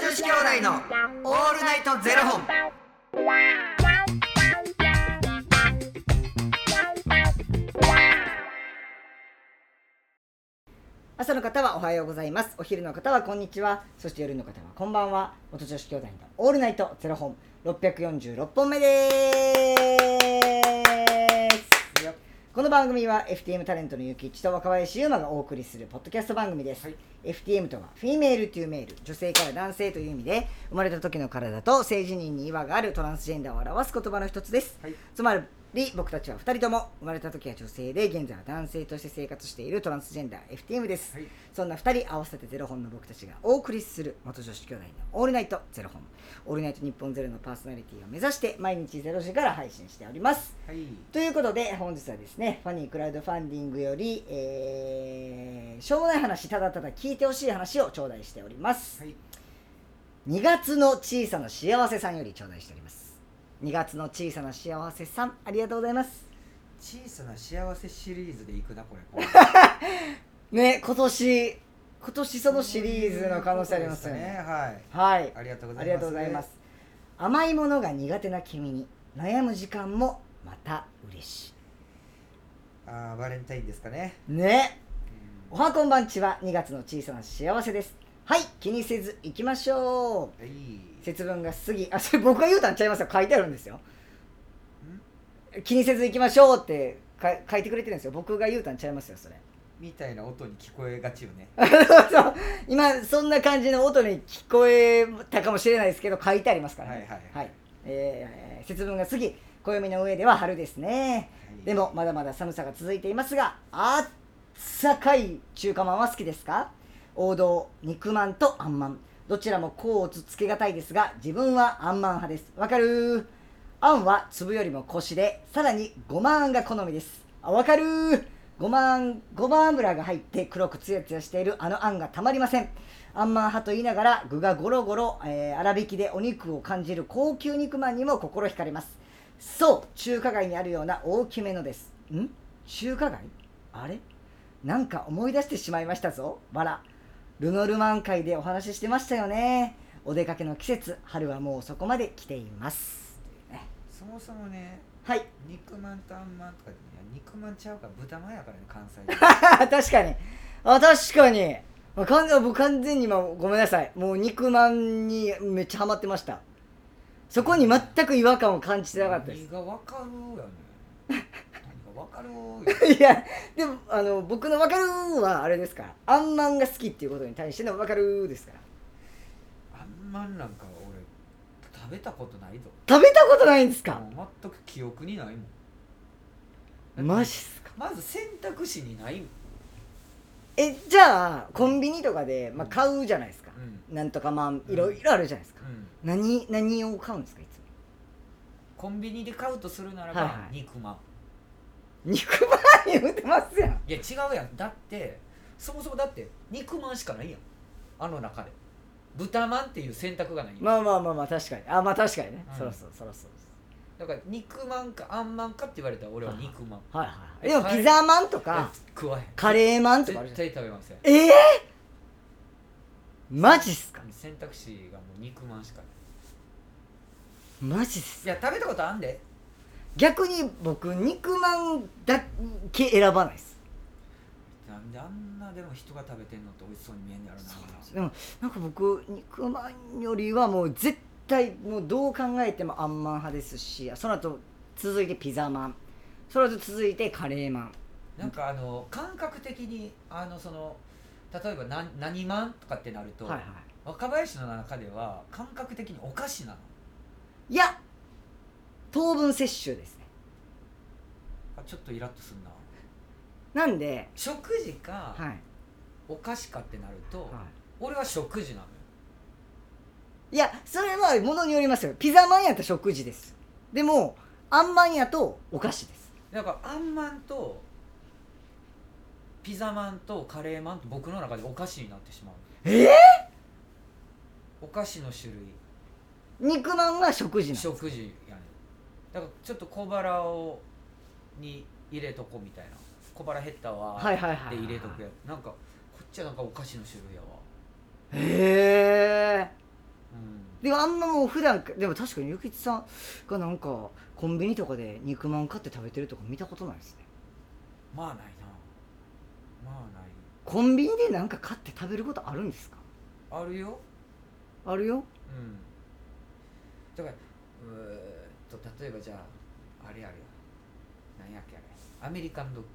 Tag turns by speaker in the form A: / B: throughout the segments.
A: 子兄弟のオールナイトゼロ本。
B: 朝の方はおはようございますお昼の方はこんにちはそして夜の方はこんばんは元女子兄弟のオールナイトゼロ本646本目ですこの番組は FTM タレントのゆきちと若林優馬がお送りするポッドキャスト番組です、FTM とはフィメールというメール女性から男性という意味で生まれた時の体と性自認に違和があるトランスジェンダーを表す言葉の一つです、
A: はい
B: つまり僕たちは2人とも生まれた時は女性で現在は男性として生活しているトランスジェンダー FTM です、
A: はい
B: そんな2人合わせてゼロ本の僕たちがお送りする元女子兄弟の「オールナイトゼロ本」「オールナイト日本ゼロのパーソナリティを目指して毎日ゼロ時から配信しております
A: はい。
B: ということで本日はですねファニークラウドファンディングより、えーしょうもない話ただただ聞いてほしい話を頂戴しております、
A: はい。
B: 2月の小さな幸せさんより頂戴しております2月の小さな幸せさんありがとうございます
A: 小さな幸せシリーズでいくな、こ れ。
B: ね今年今年そのシリーズの可能性ありますよね
A: はい。
B: はい
A: ありがとうございます。
B: ありがとうございます。甘いものが苦手な君に悩む時間もまた嬉し
A: あーバレンタインですかね。
B: いね
A: う
B: おはこんばんちは2月の小さな幸せですはい気にせず行きましょ
A: んは
B: う
A: い。
B: 節分が過ぎあそれ僕が言うたんちゃいますよ書いてあるんですよ気にせず行きましょうってか書いてくれてるんですよ僕が言うたんちゃいますよそれ
A: みたいな音に聞こえがちよね。
B: そう今そんな感じの音に聞こえたかもしれないですけど書いてありますからね
A: はいはい
B: はい、えー節分が過ぎ暦の上では春ですねでもまだまだ寒さが続いていますがあったかい中華まんは好きですか王道肉まんとあんまんどちらも甲をつつけがたいですが自分はあんまん派ですわかるーあんは粒よりもコシでさらにごまあんが好みですあわかるーごまあんごま油が入って黒くツヤツヤしているあのあんがたまりませんあんまん派と言いながら具がゴロゴロ、えー、粗挽きでお肉を感じる高級肉まんにも心惹かれますそう中華街にあるような大きめのですん中華街あれなんか思い出してしまいましたぞバラルノルマン会でお話ししてましたよねお出かけの季節春はもうそこまで来ています
A: そもそもね、
B: はい
A: 肉まんとあんまんとかでね、肉まんちゃうから豚まんやからね、関西 で。
B: 確かにあ確かにまあ完全僕完全に今ごめんなさいもう肉まんにめっちゃハマってましたそこに全く違和感を感じてなかったです
A: 何がわかるやね。 何がわかるよ。
B: いやでもあの僕の「分かる」はあれですからあんまんが好きっていうことに対しての「分かる」ですから
A: あんまんなんか俺、食べたことないぞ。
B: 食べたことないんですか
A: もう全く記憶にないもん。
B: マジっすか
A: まず選択肢にないもん。
B: えじゃあコンビニとかで、まあ、買うじゃないですか、
A: うん。
B: なんとかまあ
A: ん
B: いろいろあるじゃないですか、
A: うん
B: 何何を買うんですかいつも
A: コンビニで買うとするな
B: は
A: ら
B: い
A: ば
B: はい
A: 肉まん、
B: 肉まん言うてますやん
A: いや違うやんだってそもそもだって肉まんしかないやんあの中で豚まんっていう選択がないやん、
B: まあまあまあまあ確かにあまあ確かにね、
A: うん
B: そろそろそろそろそ
A: だから肉まんかあんまんかって言われたら俺は肉まん
B: ろはいはい
A: え
B: でも
A: カレー
B: ピザまんとか
A: え食わへん
B: カレーまんとかあるじ
A: 絶
B: ゃない
A: 対食べません
B: ええマジっすか
A: 選択肢がもう肉まんしかない
B: マジっす
A: いや食べたことあんで
B: 逆に僕肉まんだけ選ばないです
A: なんであんなでも人が食べてんのって美味しそうに見えんやろな
B: でもなんか僕肉まんよりはもう絶対もうどう考えてもあんまん派ですしその後続いてピザまんその後続いてカレーまん
A: なんかあの感覚的にあのその例えば何何まんとかってなると、
B: はいは
A: 若林の中では感覚的にお菓子なの
B: いいや糖分摂取ですね
A: あちょっとイラッとすんな
B: なんで
A: 食事か
B: はい、はい
A: お菓子かってなると、俺は食事なのよ
B: いやそれはものによりますよピザまんやったら食事ですでもあんまんやとお菓子です
A: だからあんまんとピザまんとカレーまんと僕の中でお菓子になってしまう
B: え
A: お菓子の種類
B: 肉まんが食事なんです
A: 食事やねだからちょっと小腹をに入れとこみたいな小腹減ったわ
B: はいはいは
A: で
B: いはい
A: 入れとくやなんかこっちはなんかお菓子の種類やわ
B: へえ
A: う
B: であんまもう普段でも確かにゆきちさんがなんかコンビニとかで肉まん買って食べてるとか見たことないですね
A: まあないなま
B: コンビニでなんか買って食べることあるんですか
A: あないあるよ
B: あるよ
A: うんだからうーっと例えばじゃああれあるよ何やっけあれアメリカンド ッグ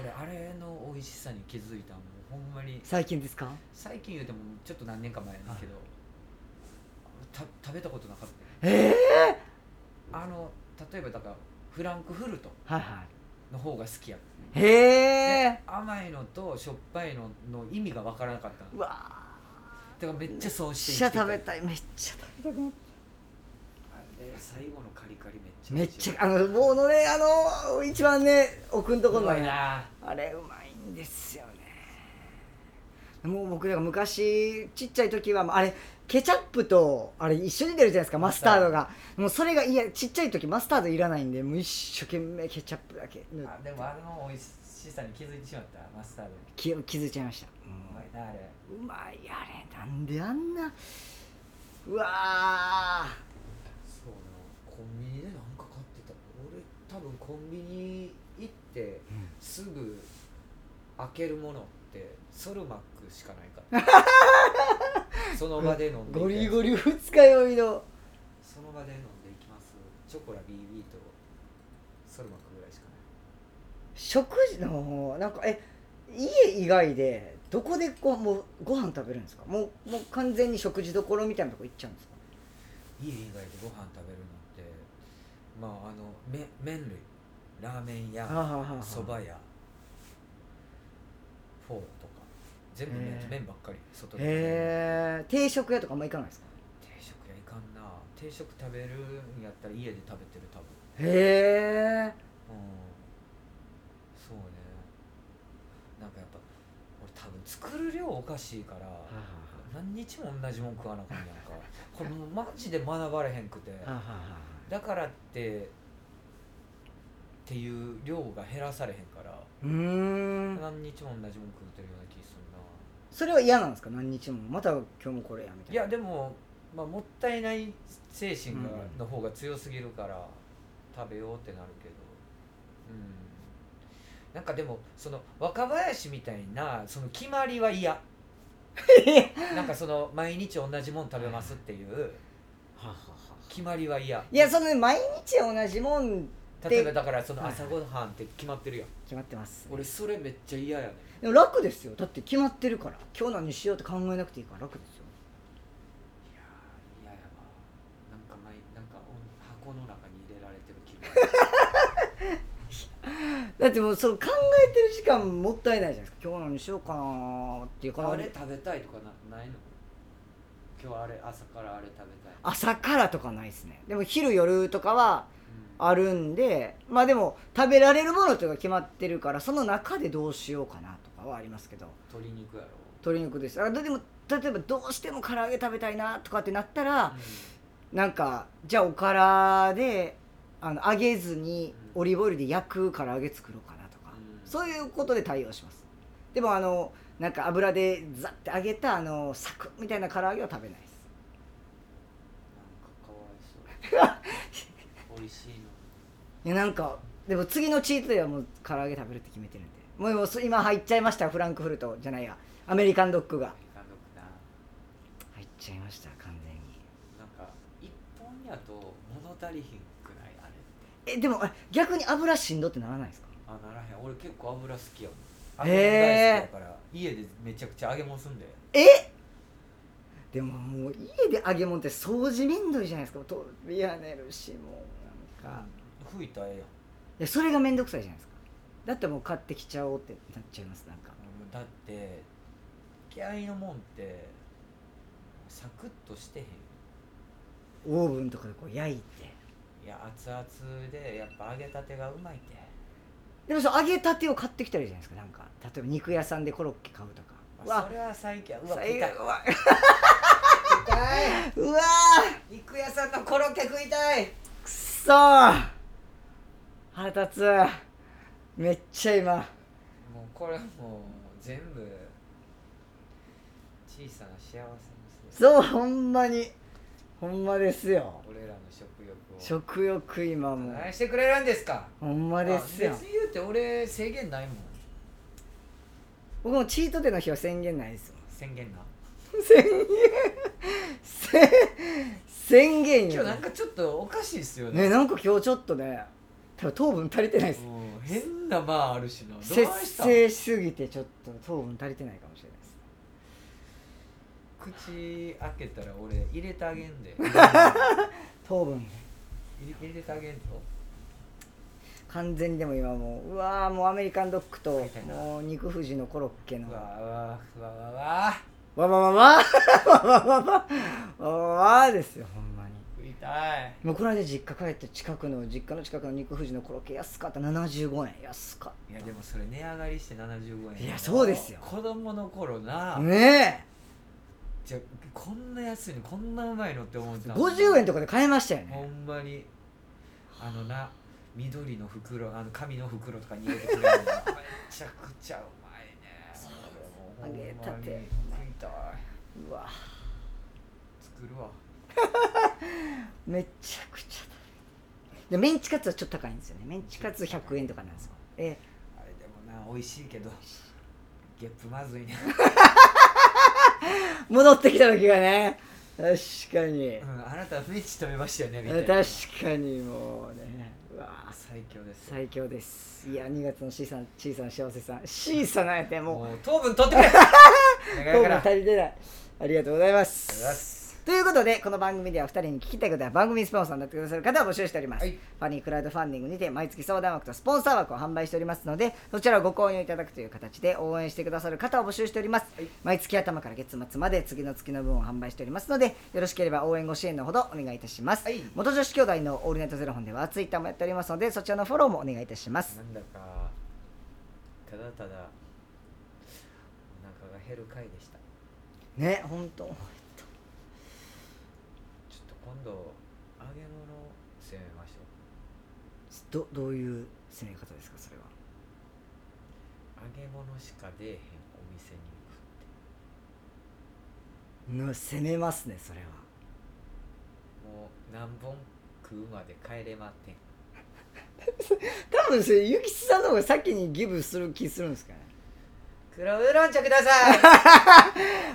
A: 俺あれの美味しさに気づいたもうほんまに
B: 最近ですか
A: 最近言うてもちょっと何年か前やねんけど、た食べたことなかっ
B: ええ
A: たあの例えばだからフランクフルト
B: はいは
A: の方が好きや
B: いへえ
A: で甘いのとしょっぱいのの意味がわからなかった
B: うわ
A: だからめっちゃ損
B: めっ
A: して
B: ちゃ
A: 生きてた
B: 食べたいめっちゃ食べたくなっ
A: あれ最後のカリカリめっち
B: た
A: ゃ
B: め
A: 美
B: っ
A: 味しい
B: ちゃあの棒のねあの一番ね奥んとこ
A: う
B: の
A: まい
B: ね
A: な
B: あれうまいんですよねもう僕だから昔ちっちゃい時はもうあれケチャップとあれ一緒に出るじゃないですかマスタードがもうそれがいやちっちゃい時マスタードいらないんでもう一生懸命ケチャップだけ塗っ
A: あでもあれの美味しさに気づいてしまったマスタードに
B: 気気づいちゃいました
A: うまいなあれ
B: うまいあれなんであんなうわ
A: そうなコンビニでなんか買ってた俺多分コンビニ行って
B: ー、
A: すぐ開けるものってソルマックしかないから その場で飲んでい
B: ゴリ
A: リ
B: ゴリ二日酔いの
A: その場で飲んでいきますチョコラ BB とソルマックぐらいしかない
B: 食事のなんかえ家以外でどこでこうもうご飯食べるんですかもうもう完全に食事どころみたいなとこ行っちゃうんですか
A: 家以外でご飯食べるのってまああのめ麺類ラーメン屋
B: あ
A: そば屋フォーとか全部麺,、
B: へえ
A: 麺ばっかり外で食べる
B: へえ定食屋とかあんま行かないですか
A: 定食屋いかんな定食食べるんやったら家で食べてる多分
B: へえ
A: うんそうねなんかやっぱ俺多分作る量おかしいから何日も同じもん食わなあかんやん かこれもうマジで学ばれへんくてだからってっていう量が減らされへんから
B: うーん
A: 何日も同じもん食うてるような気するな
B: それは嫌なんですか何日もまた今日もこれやみた
A: い
B: いな
A: やでも、まあ、もったいない精神が
B: うん
A: の方が強すぎるから食べようってなるけどうんなんかでもその若林みたいなその決まりは 嫌なんかその毎日同じもん食べますっていう
B: ははははい
A: 決まりは嫌
B: いやそのね毎日同じもん
A: 例えばだからその
B: はい
A: 朝ごはんって決まってるやん
B: 決まってます
A: 俺それめっちゃ嫌やねん
B: でも楽ですよだって決まってるから今日何しようって考えなくていいから楽ですよ
A: いやー嫌やわなんか毎なんかお箱の中に入れられてる気分
B: だってもうその考えてる時間もったいないじゃないですか今日何しようかなーっていうこ
A: あ
B: の
A: れ食べたいとかなないの今日あれ朝からあれ食べたい、
B: 朝からとかないですねでも昼夜とかは
A: うん
B: あるんでまあでも食べられるものとか決まってるからその中でどうしようかなとかはありますけど
A: 鶏肉やろ、
B: 鶏肉ですあでも例えばどうしても唐揚げ食べたいなとかってなったらなんかじゃあおからであの揚げずに
A: うん
B: オリーブオイルで焼く唐揚げ作ろうかなとか、
A: うん
B: そういうことで対応しますでもあのなんか油でザッて揚げたあのサクッみたいな唐揚げは食べないです
A: なんかかわいそう美味しいの
B: いやなんかでも次のチートではもう唐揚げ食べるって決めてるんでもうもうそ今入っちゃいましたフランクフルトじゃないやアメリカンドッグが
A: アメリカンドッグな
B: 入っちゃいました完全に
A: なんか一本やと物足りひんくないあれって
B: えでもあ逆に油しんどってならないですか
A: あならへん俺結構油好きやもん
B: へー
A: 油大好きやから家でめちゃくちゃ揚げ物すんで
B: えでももう家で揚げ物って掃除めんどいじゃないですかとビアネるしもうなんか、い
A: 吹いたらええやん
B: やそれがめんどくさいじゃないですかだってもう買ってきちゃおうってなっちゃいますなんか
A: うんだって嫌いのもんってサクッとしてへん
B: オーブンとかでこう焼いて
A: いや熱々でやっぱ揚げたてがうまいって
B: でもそう揚げたてを買ってきたらいいじゃないですかなんか例えば肉屋さんでコロッケ買うとかう
A: あそ
B: わ
A: れは最強うわ
B: 最
A: 食い
B: 後
A: たいう
B: わ
A: 食いたい
B: うわ
A: 肉屋さんのコロッケ食いたい
B: ーくっそー腹立つめっちゃ今
A: もうこれはもう全部チ小さな幸せですね
B: そうほんまにほんまですよ
A: 俺らの食欲を
B: 食欲今も
A: 何してくれるんですか
B: ほんまですよ
A: あ別に言うて俺制限ないもん
B: 僕もチートデーの日は宣言ないですよ
A: 宣言な
B: 宣言せ宣言
A: 今
B: よ
A: 日なんかちょっとおかしいっすよね
B: ねなんか今日ちょっとね多分糖分足りてないです
A: うん変なまああるしなどう
B: 節
A: した
B: 制しすぎてちょっと糖分足りてないかもしれないです
A: 口開けたら俺入れてあげん で
B: 糖分
A: 入れ入れてあげんと
B: 完全にでも今もううわーもうアメリカンドッグと
A: みたいな
B: もう肉富士のコロッケの
A: うわ
B: わ
A: ーわーわーわ
B: わわわわわわわわわわわですよほんまに
A: ー食いたい
B: もうこの間実家帰って近くの実家の近くの肉富士のコロッケ安かった75円安か
A: いやでもそれ値上がりして75円
B: いやそうですよ
A: 子供の頃
B: っ
A: な、
B: たね
A: じゃこんな安いのこんなうまいのって思って
B: え
A: た
B: 50円とかで買えましたよ
A: ほ
B: ね
A: んまにあのな緑の袋あの紙の袋とかに入れてくれるのめちゃくちゃうまいね
B: う
A: 俺もう
B: 揚げたて
A: ほんまに食いたいう
B: わ
A: 作るわ
B: めちゃくちゃでメンチカツはちょっと高いんですよねメンチカツ100円とかなんですよえ
A: あれでもな美味しいけどゲップまずいね、
B: え戻ってきた時がね確かに
A: うん、あなたメンチ食べましたよねみたい
B: 確
A: な
B: かにもうねうわ
A: 最強ですよ
B: 最強ですいや2月の C さん C さん幸せさん C さんなんやってもう
A: もう糖分取ってく れ
B: 今日
A: お願い
B: も
A: から
B: 足りてないありがとうございま
A: ありがとうございます
B: ということでこの番組では2人に聞きたいことや番組スポンサーになってくださる方を募集しております、
A: はい
B: ファニークラウドファンディングにて毎月相談枠とスポンサー枠を販売しておりますのでそちらをご購入いただくという形で応援してくださる方を募集しております、毎月頭から月末まで次の月の分を販売しておりますのでよろしければ応援ご支援のほどお願いいたします、
A: はい
B: 元女子兄弟のオールナイトゼロ本ではツイッターもやっておりますのでそちらのフォローもお願いいたします
A: なんだかただただお腹が減る回でした
B: ね本当
A: ちょっと今度揚げ物を攻めましょ
B: どどういう攻め方ですかそれは
A: う揚げ物しか出えへんお店に行く
B: う
A: って
B: ん攻めますねそれは
A: もう何本食うまで帰れまってん
B: 多分それゆきつさんの方が先にギブする気するんですかね
A: 黒ウーロン茶くださ い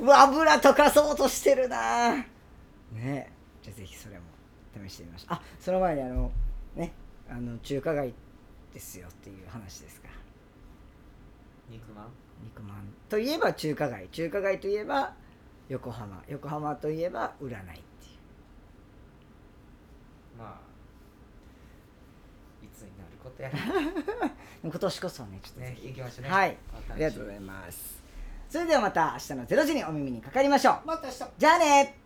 B: うわ油溶かそうとしてるなねじゃあぜひそれも試してみましょうあその前にあのねあの中華街ですよっていう話ですか
A: 肉まん
B: 肉まんといえば中華街中華街といえば横浜横浜といえば占いっていう
A: まあいつになることやら
B: 今年こそはねちょっとぜ
A: ね
B: ひ
A: 行きましょうね
B: はい
A: また
B: ありがとうございますそれではまた明日の「0時にお耳にかかりましょう
A: また明日
B: じゃあね